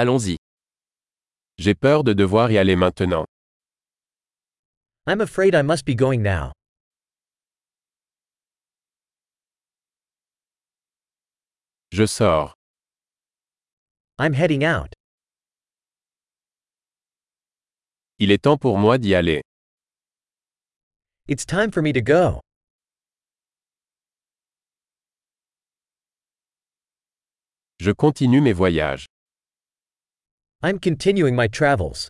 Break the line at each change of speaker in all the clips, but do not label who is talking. Allons-y. J'ai peur de devoir y aller maintenant.
I'm afraid I must be going now.
Je sors.
I'm heading out.
Il est temps pour moi d'y aller.
It's time for me to go.
Je continue mes voyages.
I'm continuing my travels.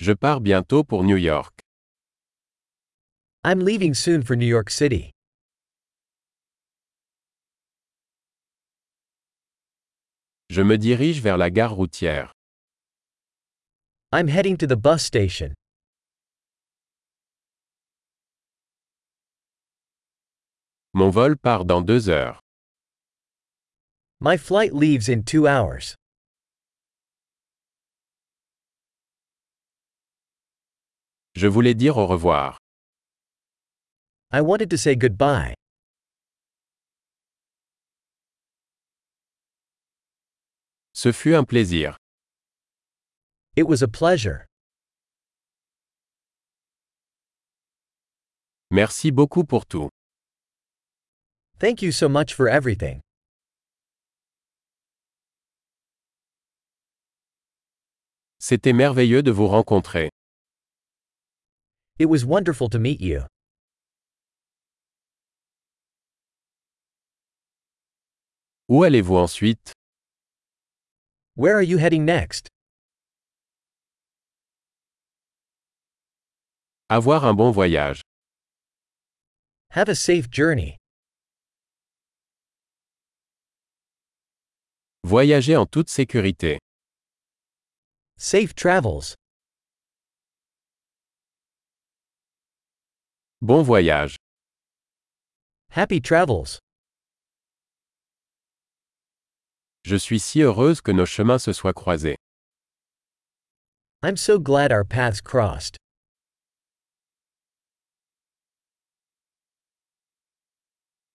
Je pars bientôt pour New York.
I'm leaving soon for New York City.
Je me dirige vers la gare routière.
I'm heading to the bus station.
Mon vol part dans deux heures.
My flight leaves in two hours.
Je voulais dire au revoir.
I wanted to say goodbye.
Ce fut un plaisir.
It was a pleasure.
Merci beaucoup pour tout.
Thank you so much for everything.
C'était merveilleux de vous rencontrer.
It was wonderful to meet you.
Où allez-vous ensuite
Where are you heading next?
Avoir un bon voyage.
Have a safe journey.
Voyager en toute sécurité.
Safe travels.
Bon voyage.
Happy travels.
Je suis si heureuse que nos chemins se soient croisés.
I'm so glad our paths crossed.